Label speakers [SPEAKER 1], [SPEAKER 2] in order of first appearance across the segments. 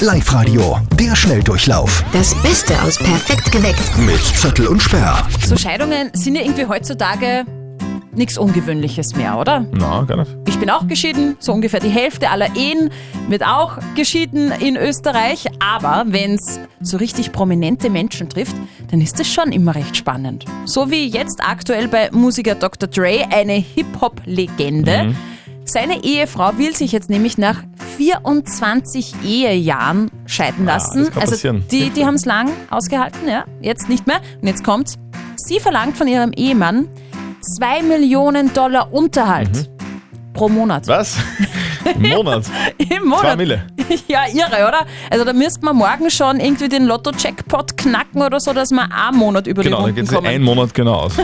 [SPEAKER 1] Live-Radio, der Schnelldurchlauf
[SPEAKER 2] Das Beste aus Perfekt geweckt.
[SPEAKER 1] mit Zettel und Sperr.
[SPEAKER 3] So Scheidungen sind ja irgendwie heutzutage nichts Ungewöhnliches mehr, oder?
[SPEAKER 4] Na, gar nicht.
[SPEAKER 3] Ich bin auch geschieden, so ungefähr die Hälfte aller Ehen wird auch geschieden in Österreich, aber wenn es so richtig prominente Menschen trifft, dann ist es schon immer recht spannend. So wie jetzt aktuell bei Musiker Dr. Dre, eine Hip-Hop-Legende.
[SPEAKER 4] Mhm.
[SPEAKER 3] Seine Ehefrau will sich jetzt nämlich nach 24 Ehejahren scheiden lassen.
[SPEAKER 4] Ah, das kann
[SPEAKER 3] also
[SPEAKER 4] passieren.
[SPEAKER 3] die, die haben es lang ausgehalten, ja, jetzt nicht mehr. Und jetzt kommt's. Sie verlangt von ihrem Ehemann 2 Millionen Dollar Unterhalt pro Monat.
[SPEAKER 4] Was? Im Monat?
[SPEAKER 3] Im
[SPEAKER 4] Mhm. Zwei
[SPEAKER 3] Monat.
[SPEAKER 4] Mille.
[SPEAKER 3] Ja, irre, oder? Also da müsste man morgen schon irgendwie den Lotto-Jackpot knacken oder so, dass man einen Monat über
[SPEAKER 4] Genau, dann
[SPEAKER 3] die Runden
[SPEAKER 4] geht es
[SPEAKER 3] kommen.
[SPEAKER 4] einen Monat genau aus.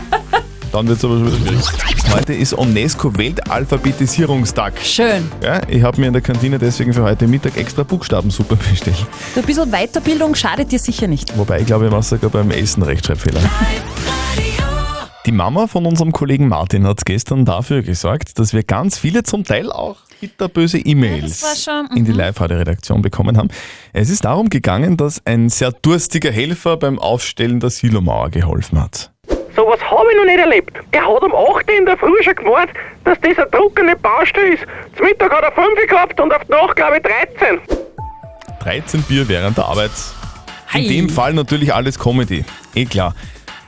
[SPEAKER 4] Dann wird es aber schon wieder schwierig. Heute ist UNESCO-Weltalphabetisierungstag.
[SPEAKER 3] Schön.
[SPEAKER 4] Ja, ich habe mir in der Kantine deswegen für heute Mittag extra Buchstabensuppe bestellt.
[SPEAKER 3] Du, ein bisschen Weiterbildung schadet dir sicher nicht.
[SPEAKER 4] Wobei, ich glaube, ich mache sogar beim Essen Rechtschreibfehler. Die Mama von unserem Kollegen Martin hat gestern dafür gesorgt, dass wir ganz viele, zum Teil auch bitterböse
[SPEAKER 3] Ja, das
[SPEAKER 4] E-Mails
[SPEAKER 3] war schon, mhm.
[SPEAKER 4] in die Live-Radio-Redaktion bekommen haben. Es ist darum gegangen, dass ein sehr durstiger Helfer beim Aufstellen der Silomauer geholfen hat.
[SPEAKER 5] So was habe ich noch nicht erlebt. Er hat um 8 Uhr in der Früh schon gewarnt, dass das eine trockene Baustelle ist. Zum Mittag hat er 5 gehabt und auf die Nacht glaube ich 13.
[SPEAKER 4] 13 Bier während der Arbeit. In
[SPEAKER 3] Ei.
[SPEAKER 4] dem Fall natürlich alles Comedy. Eh klar.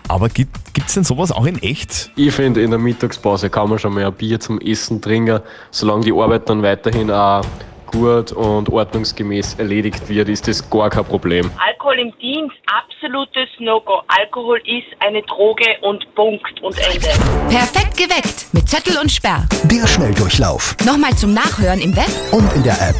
[SPEAKER 4] Aber gibt es denn sowas auch in echt?
[SPEAKER 6] Ich finde, in der Mittagspause kann man schon mal ein Bier zum Essen trinken. Solange die Arbeit dann weiterhin auch gut und ordnungsgemäß erledigt wird, ist das gar kein Problem.
[SPEAKER 7] Alkohol im Dienst, absolutes No-Go. Alkohol ist eine Droge und Punkt und Ende.
[SPEAKER 2] Perfekt geweckt. Mit Zettel und Sperr.
[SPEAKER 1] Der Schnelldurchlauf
[SPEAKER 2] Nochmal zum Nachhören im Web
[SPEAKER 1] und in der App.